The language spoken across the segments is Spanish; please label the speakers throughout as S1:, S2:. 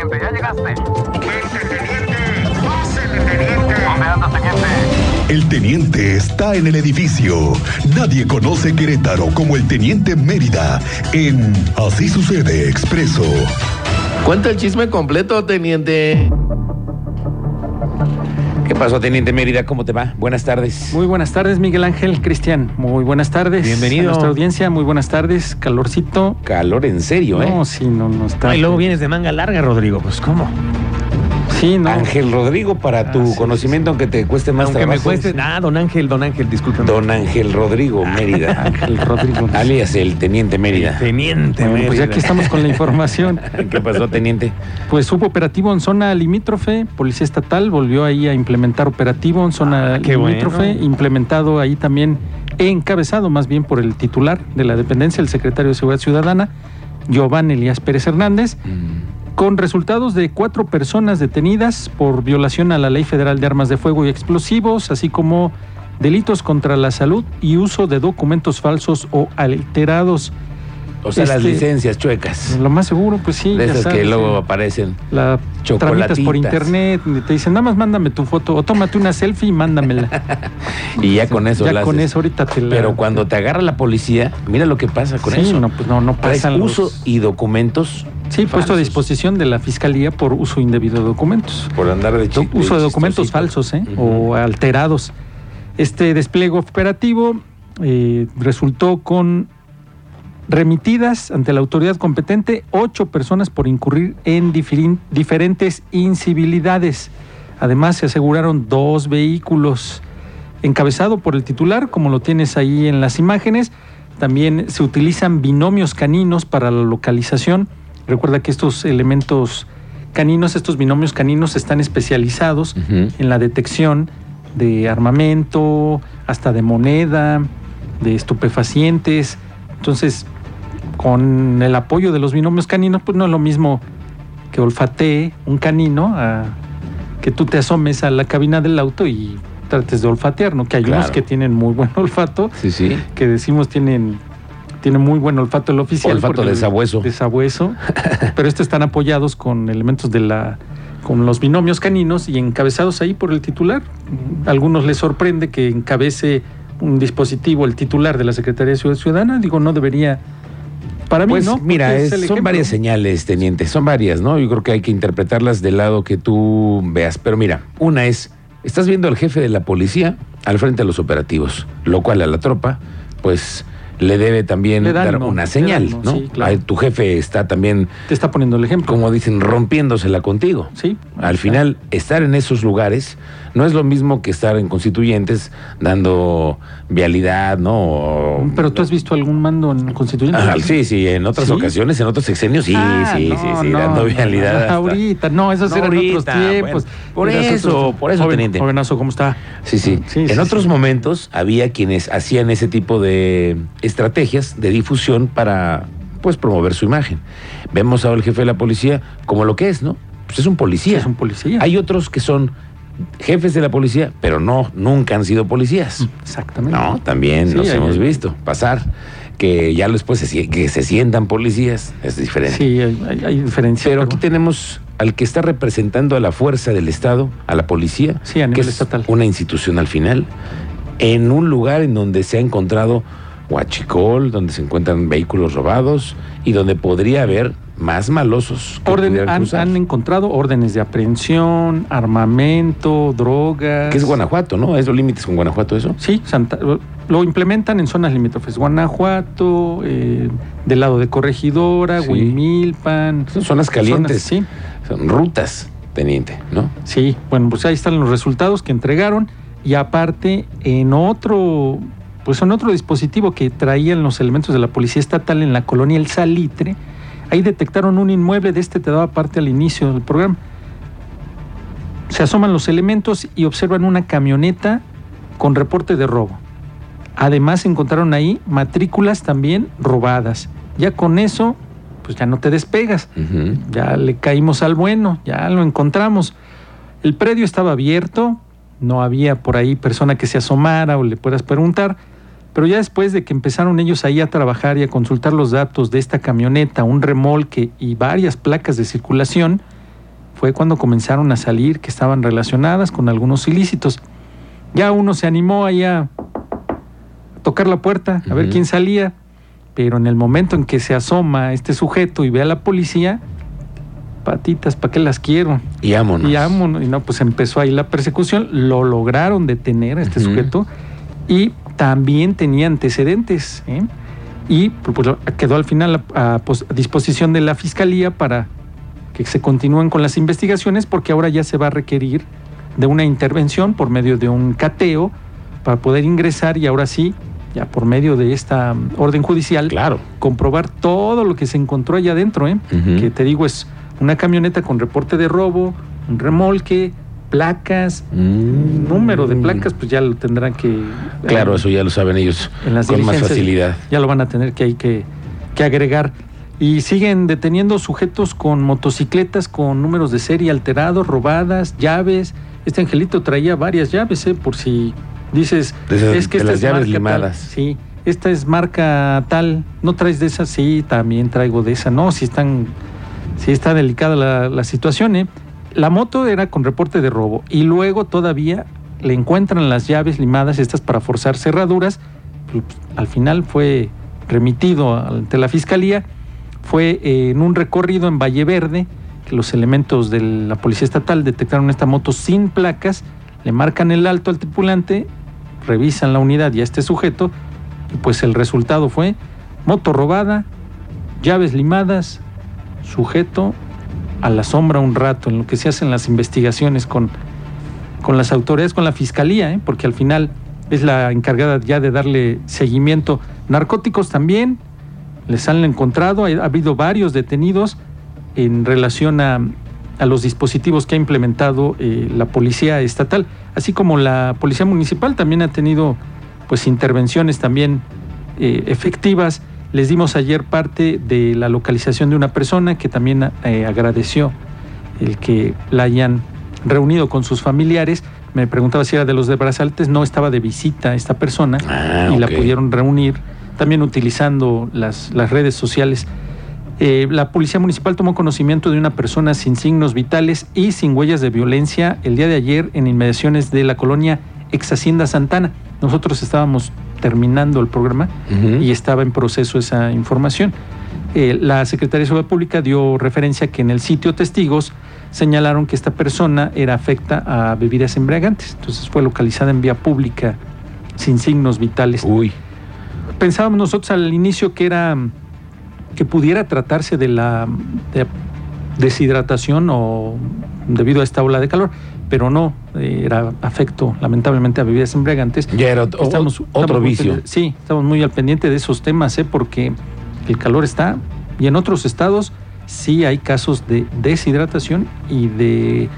S1: enteraste? ¿Dónde anda, teniente?
S2: El teniente está en el edificio. Nadie conoce Querétaro como el teniente Mérida en Así sucede expreso.
S3: Cuenta el chisme completo, teniente.
S4: ¿Qué pasó, Teniente Mérida? ¿Cómo te va? Buenas tardes.
S5: Muy buenas tardes, Miguel Ángel, Cristian. Muy buenas tardes.
S4: Bienvenido.
S5: A nuestra audiencia, muy buenas tardes. Calorcito.
S4: Calor en serio,
S5: No,
S4: ¿eh?
S5: sí, no, no está.
S6: No, Ah, y luego vienes de manga larga, Rodrigo. Pues, ¿cómo?
S5: Sí, no.
S4: Ángel Rodrigo, para tu
S6: Ah, sí,
S4: conocimiento, aunque te cueste más
S6: Aunque me
S4: trabajo.
S6: cueste. Ah, don Ángel, don Ángel, discúlpeme.
S4: Don Ángel Rodrigo Mérida.
S5: Ángel Rodrigo.
S4: alias el Teniente Mérida.
S6: Teniente,
S5: Bueno, pues ya
S6: Mérida.
S5: que estamos con la información.
S4: ¿Qué pasó, Teniente?
S5: Pues hubo operativo en zona limítrofe, Policía Estatal volvió ahí a implementar operativo en zona
S6: Ah, qué
S5: limítrofe,
S6: bueno.
S5: implementado ahí también, encabezado más bien por el titular de la dependencia, el secretario de Seguridad Ciudadana, Giovanni Elías Pérez Hernández, con resultados de cuatro personas detenidas por violación a la Ley Federal de Armas de Fuego y Explosivos, así como delitos contra la salud y uso de documentos falsos o alterados.
S4: O sea, las
S5: Este-
S4: licencias chuecas.
S5: Lo más seguro, pues sí.
S4: de
S5: ya
S4: esas que
S5: sabes,
S4: luego
S5: eh,
S4: aparecen.
S5: la tramitas por
S4: Chocolatitas.
S5: internet, y te dicen, nada más mándame tu foto o tómate una selfie y
S4: Ah,
S5: mándamela.
S4: Y ya con eso
S5: ya
S4: las
S5: con
S4: haces.
S5: eso ahorita te la
S4: Pero cuando te agarra la policía, mira lo que pasa con
S5: sí,
S4: eso.
S5: no pues no no
S4: Traes
S5: pasan los-
S4: uso y documentos
S5: Sí, puesto a
S4: falsos.
S5: disposición de la fiscalía por uso indebido de documentos.
S4: por andar de
S5: Do-
S4: chi-
S5: uso de documentos
S4: chistosito.
S5: falsos ¿eh?
S4: Ujú.
S5: o alterados. Este despliegue operativo eh, resultó con remitidas ante la autoridad competente ocho personas por incurrir en diferin- diferentes incivilidades. Además, se aseguraron dos vehículos encabezado por el titular, como lo tienes ahí en las imágenes. También se utilizan binomios caninos para la localización. Recuerda que estos elementos caninos, estos binomios caninos están especializados
S4: Ujú.
S5: en la detección de armamento, hasta de moneda, de estupefacientes. Entonces, con el apoyo de los binomios caninos, pues no es lo mismo que olfatee un canino a que tú te asomes a la cabina del auto y trates de olfatear, ¿no? Que hay unos
S4: Claro.
S5: que tienen muy buen olfato,
S4: Sí, sí.
S5: que decimos tienen tienen muy buen olfato el oficial.
S4: Olfato
S5: porque
S4: de
S5: el-
S4: sabueso.
S5: De sabueso, pero estos están apoyados con elementos de la con los binomios caninos y encabezados ahí por el titular. A algunos les sorprende que encabece un dispositivo el titular de la Secretaría de Ciudad Ciudadana, digo, no debería para mí
S4: Pues
S5: no.
S4: mira, es-
S5: porque el
S4: son
S5: ejemplo.
S4: varias señales, teniente, son varias, ¿no? Yo creo que hay que interpretarlas del lado que tú veas. Pero mira, una es, estás viendo al jefe de la policía al frente de los operativos, lo cual a la tropa, pues le debe también
S5: Le da
S4: dar
S5: ánimo,
S4: una
S5: le da
S4: señal,
S5: ánimo,
S4: ¿no?
S5: sí, claro.
S4: Ay, tu jefe está también,
S5: Te está poniendo el ejemplo.
S4: como dicen, rompiéndosela contigo.
S5: Sí.
S4: Al final, estar en esos lugares no es lo mismo que estar en constituyentes dando vialidad, ¿no? O-
S5: Pero tú has visto algún mando en constituyente.
S4: Ah, sí, sí, en otras
S5: ¿Sí?
S4: ocasiones, en otros sexenios, sí,
S5: Ah,
S4: sí,
S5: no,
S4: sí, sí,
S5: no,
S4: dando
S5: no,
S4: vialidad.
S5: no,
S4: hasta-
S5: ahorita, no, esos
S4: No,
S5: eran
S4: ahorita,
S5: otros tiempos.
S4: bueno, por
S5: Eras
S4: eso,
S5: otros-
S4: por eso,
S5: Joven-
S4: teniente.
S5: Jovenazo, ¿cómo está?
S4: Sí, sí.
S5: Sí,
S4: en
S5: sí,
S4: otros
S5: sí.
S4: momentos había quienes hacían ese tipo de estrategias de difusión para, pues, promover su imagen. Vemos ahora el jefe de la policía como lo que es, ¿no? Pues es un policía.
S5: Es un policía.
S4: Hay otros que son jefes de la policía, pero no, nunca han sido policías.
S5: Exactamente.
S4: No, también
S5: Mm. Sí,
S4: nos
S5: hay-
S4: hemos visto pasar que ya después se, sie- que se sientan policías es diferente.
S5: Sí, hay, hay- hay diferencia.
S4: Pero aquí tenemos al que está representando a la fuerza del Estado, a la policía,
S5: Sí, a
S4: que
S5: nivel
S4: es
S5: estatal.
S4: una institución al final, en un lugar en donde se ha encontrado huachicol, donde se encuentran vehículos robados y donde podría haber más malosos. que
S5: Orden-
S4: pudieran
S5: han,
S4: cruzar.
S5: han encontrado órdenes de aprehensión, armamento, drogas.
S4: que es Guanajuato, ¿no? Es los límites con Guanajuato eso.
S5: Sí, Santa- lo implementan en zonas limítrofes. Guanajuato, eh, del lado de Corregidora,
S4: Sí.
S5: Huimilpan.
S4: Son zonas calientes,
S5: Zonas- sí.
S4: son rutas, teniente, ¿no?
S5: Sí, bueno, pues ahí están los resultados que entregaron y aparte en otro, pues en otro dispositivo que traían los elementos de la policía estatal en la colonia El Salitre, ahí detectaron un inmueble de este te daba parte al inicio del programa. Se asoman los elementos y observan una camioneta con reporte de robo. Además encontraron ahí matrículas también robadas. Ya con eso, pues ya no te despegas
S4: Ujú.
S5: ya le caímos al bueno, ya lo encontramos. El predio estaba abierto, no había por ahí persona que se asomara o le puedas preguntar, pero ya después de que empezaron ellos ahí a trabajar y a consultar los datos de esta camioneta, un remolque y varias placas de circulación, fue cuando comenzaron a salir que estaban relacionadas con algunos ilícitos. Ya uno se animó ahí a tocar la puerta, a ver
S4: Ujú.
S5: quién salía, pero en el momento en que se asoma este sujeto y ve a la policía, patitas, ¿para qué las quiero?
S4: Y vámonos.
S5: Y vámonos. Y no, pues empezó ahí la persecución. Lo lograron detener a este
S4: Ujú.
S5: sujeto y también tenía antecedentes. ¿eh? Y pues, lo- quedó al final a, a pos- a disposición de la fiscalía para que se continúen con las investigaciones, porque ahora ya se va a requerir de una intervención por medio de un cateo para poder ingresar y ahora sí, ya por medio de esta mm, orden judicial,
S4: Claro.
S5: comprobar todo lo que se encontró allá adentro, ¿eh?
S4: Ujú.
S5: que te digo es una camioneta con reporte de robo, un remolque, placas,
S4: Mm.
S5: número de placas, pues ya lo tendrán que...
S4: Claro,
S5: eh,
S4: eso ya lo saben ellos
S5: en las
S4: con más
S5: diligencias
S4: facilidad.
S5: Ya lo van a tener que, hay que, que agregar. Y siguen deteniendo sujetos con motocicletas con números de serie alterados, robadas, llaves. Este angelito traía varias llaves, ¿eh? por si dices,
S4: De esas-
S5: es que
S4: de
S5: esta
S4: las
S5: es
S4: llaves
S5: marca
S4: limadas.
S5: tal. Sí, esta es marca tal. ¿No traes de esa? Sí, también traigo de esa. No, si están, si está delicada la, la situación, ¿eh? La moto era con reporte de robo y luego todavía le encuentran las llaves limadas estas para forzar cerraduras. Pues, al final fue remitido ante la fiscalía. Fue eh, en un recorrido en Valle Verde que los elementos de la policía estatal detectaron esta moto sin placas, le marcan el alto al tripulante, revisan la unidad y a este sujeto y pues el resultado fue moto robada, llaves limadas, sujeto a la sombra un rato, en lo que se hacen las investigaciones con, con las autoridades, con la fiscalía, ¿eh? porque al final es la encargada ya de darle seguimiento. Narcóticos también, les han encontrado, ha ha habido varios detenidos en relación a, a los dispositivos que ha implementado eh, la policía estatal, así como la policía municipal también ha tenido pues intervenciones también eh, efectivas. Les dimos ayer parte de la localización de una persona que también eh, agradeció el que la hayan reunido con sus familiares. Me preguntaba si era de los de Brazaltes, no estaba de visita esta persona
S4: Ah,
S5: y la
S4: ok.
S5: pudieron reunir, también utilizando las, las redes sociales. Eh, la Policía Municipal tomó conocimiento de una persona sin signos vitales y sin huellas de violencia el día de ayer en inmediaciones de la colonia Ex Hacienda Santana. Nosotros estábamos terminando el programa
S4: Ujú.
S5: y estaba en proceso esa información. Eh, la Secretaría de Seguridad Pública dio referencia que en el sitio testigos señalaron que esta persona era afecta a bebidas embriagantes, entonces fue localizada en vía pública sin signos vitales.
S4: Uy.
S5: Pensábamos nosotros al inicio que era mm, que pudiera tratarse de la mm, de deshidratación o debido a esta ola de calor, pero no, eh, era afecto lamentablemente a bebidas embriagantes
S4: Ya era ot-
S5: estamos,
S4: otro
S5: estamos muy
S4: vicio.
S5: pendientes- Sí, estamos muy al pendiente de esos temas, ¿eh? porque el calor está y en otros estados sí hay casos de deshidratación y de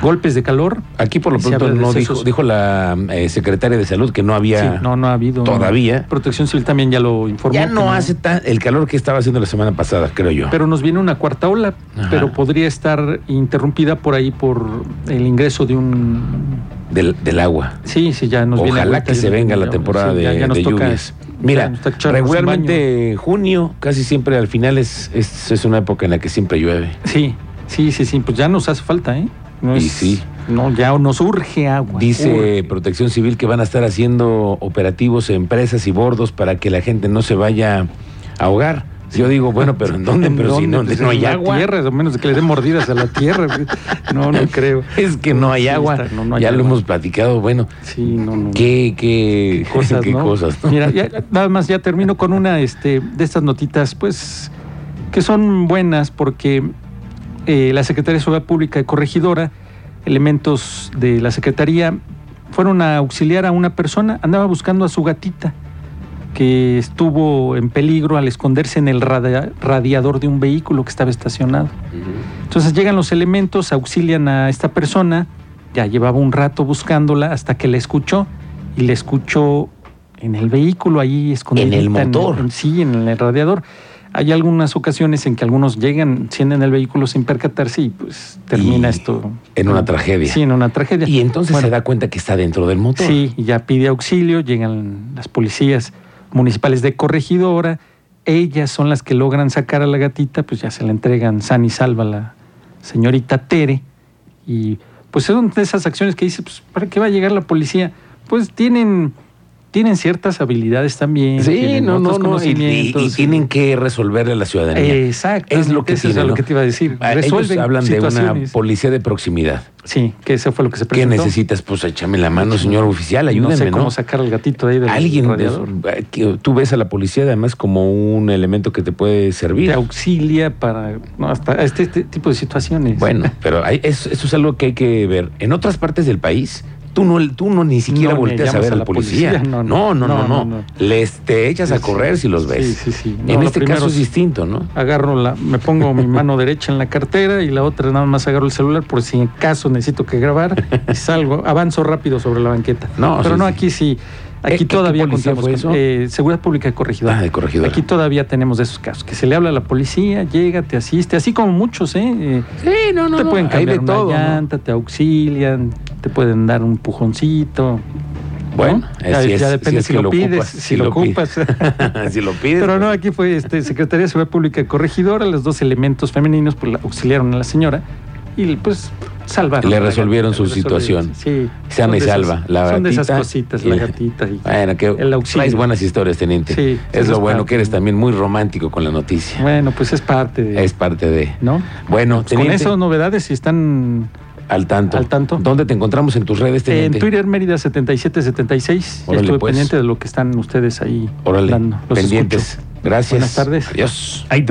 S5: golpes de calor.
S4: Aquí por lo
S5: Y se
S4: pronto
S5: habla de
S4: no dijo,
S5: decesos.
S4: dijo la eh, secretaria de salud que no había.
S5: Sí, no, no ha habido.
S4: todavía.
S5: Protección Civil también ya lo informó.
S4: ya
S5: que
S4: no hace tan, el calor que estaba haciendo la semana pasada, creo yo.
S5: Pero nos viene una cuarta ola,
S4: Ajá.
S5: pero podría estar interrumpida por ahí por el ingreso de un...
S4: del, del agua.
S5: Sí, sí, ya nos viene...
S4: Ojalá
S5: ahorita,
S4: que
S5: ya
S4: se
S5: nos
S4: venga
S5: viene
S4: la
S5: ahora,
S4: temporada
S5: sí,
S4: de,
S5: ya- ya nos
S4: de
S5: toca-
S4: lluvias.
S5: ya
S4: Mira,
S5: nos toca echarnos un baño.
S4: regularmente junio, casi siempre al final es, es, es una época en la que siempre llueve.
S5: Sí, sí, sí, sí, pues ya nos hace falta, ¿eh? No
S4: Y sí.
S5: No, ya nos urge agua.
S4: Dice
S5: urge.
S4: Protección Civil que van a estar haciendo operativos, empresas y bordos para que la gente no se vaya a ahogar. Yo digo, bueno, pero ¿en dónde?
S5: ¿En
S4: Pero si
S5: dónde?
S4: no,
S5: Pues
S4: no hay
S5: en la
S4: agua.
S5: tierra, a menos de que le den mordidas a la tierra. güey. No, no creo.
S4: Es que no hay
S5: Sí,
S4: agua.
S5: está- no, no hay
S4: ya lo
S5: agua.
S4: hemos platicado. Bueno,
S5: Sí, no, no.
S4: qué, qué, qué cosas.
S5: ¿no?
S4: ¿no?
S5: Mira, ya- nada más ya termino con una este, de estas notitas, pues, que son buenas porque eh, la Secretaría de Seguridad Pública y Corregidora, elementos de la Secretaría, fueron a auxiliar a una persona, andaba buscando a su gatita, que estuvo en peligro al esconderse en el radi- radiador de un vehículo que estaba estacionado. Entonces llegan los elementos, auxilian a esta persona, ya llevaba un rato buscándola hasta que la escuchó y la escuchó en el vehículo ahí escondida.
S4: motor.
S5: sí, en el radiador. Hay algunas ocasiones en que algunos llegan, encienden el vehículo sin percatarse y pues termina
S4: Y
S5: esto.
S4: en una tragedia.
S5: Sí, en una tragedia.
S4: Y entonces
S5: Bueno,
S4: se da cuenta que está dentro del motor.
S5: Sí, y ya pide auxilio, llegan las policías municipales de corregidora, ellas son las que logran sacar a la gatita, pues ya se la entregan san y salva a la, señorita Tere. Y pues son de esas acciones que dice, pues, ¿para qué va a llegar la policía? Pues tienen, tienen ciertas habilidades también.
S4: Sí,
S5: tienen
S4: no, no, no.
S5: otros
S4: Y, y- y
S5: conocimientos.
S4: tienen que resolverle a la ciudadanía.
S5: Exacto.
S4: Es lo que
S5: eso
S4: tienen,
S5: es lo
S4: ¿no?
S5: que te iba a decir.
S4: Ah, Ellos
S5: Resuelven
S4: hablan de una
S5: situaciones.
S4: policía de proximidad.
S5: Sí, que eso fue lo que se
S4: ¿Qué
S5: presentó.
S4: necesitas? Pues échame la mano, señor oficial,
S5: no
S4: ayúdame,
S5: sé cómo
S4: ¿no?
S5: sacar al gatito de ahí del
S4: Alguien,
S5: radiador.
S4: eh, que tú ves a la policía además como un elemento que te puede servir.
S5: Te auxilia para no, hasta este, este tipo de situaciones.
S4: Bueno, pero hay- es- eso es algo que hay que ver. En otras partes del país, tú no, tú no ni siquiera
S5: No le
S4: volteas a
S5: llamas
S4: ver
S5: a
S4: a la
S5: la
S4: policía.
S5: policía,
S4: No,
S5: no,
S4: no, no, no,
S5: no, no.
S4: Les te echas a
S5: Sí,
S4: correr si los ves.
S5: sí, sí, sí. No,
S4: en
S5: lo
S4: este
S5: primero
S4: caso es
S5: es-
S4: distinto, ¿no?
S5: agarro la, me pongo mi mano derecha en la cartera y la otra nada más agarro el celular por si en caso necesito que grabar y salgo, avanzo rápido sobre la banqueta.
S4: No,
S5: pero
S4: sí,
S5: no
S4: sí.
S5: aquí sí,
S4: ¿Qué-
S5: aquí
S4: qué-
S5: todavía
S4: qué policía
S5: contamos
S4: fue
S5: con-
S4: eso?
S5: eh, seguridad pública de corregidora.
S4: Ah, de corregidora.
S5: Aquí todavía tenemos de esos casos que se le habla a la policía, llega, te asiste, así como muchos, ¿eh? Eh,
S4: Sí, no,
S5: te pueden
S4: hay
S5: cambiar
S4: de
S5: una
S4: todo. ¿no?
S5: llanta, te auxilian, te pueden dar un pujoncito.
S4: Bueno,
S5: ¿no? ya,
S4: así es,
S5: ya
S4: si
S5: depende
S4: es
S5: si,
S4: que
S5: lo,
S4: lo
S5: pides,
S4: ocupas,
S5: si,
S4: si
S5: lo
S4: lo pides.
S5: ocupas.
S4: si lo pides.
S5: Pero no,
S4: pues,
S5: aquí fue este, Secretaría de Seguridad Pública corregidora, los dos elementos femeninos pues, la auxiliaron a la señora y pues salvaron.
S4: Le
S5: a la
S4: resolvieron su
S5: le resolvieron,
S4: situación.
S5: Sí.
S4: Sana
S5: Son
S4: y
S5: de esas-
S4: salva. La
S5: son de esas
S4: gatita
S5: cositas,
S4: y-
S5: la gatita. Y,
S4: Bueno, que
S5: El auxilio.
S4: traes buenas historias, teniente.
S5: Sí,
S4: es
S5: sí,
S4: lo
S5: es
S4: bueno
S5: parte.
S4: que eres también muy romántico con la noticia.
S5: Bueno, pues es parte de...
S4: es parte de.
S5: ¿no?
S4: Bueno,
S5: Pues, con
S4: teniente,
S5: eso, novedades, si están eh,
S4: al tanto.
S5: al tanto.
S4: ¿Dónde te encontramos en tus redes, teniente?
S5: en Twitter Mérida 7776, ya
S4: Órale,
S5: estuve
S4: pues.
S5: pendiente de lo que están ustedes ahí
S4: Órale,
S5: dando. Los
S4: pendientes.
S5: escucho.
S4: Gracias.
S5: Buenas tardes.
S4: Adiós.
S6: Ahí te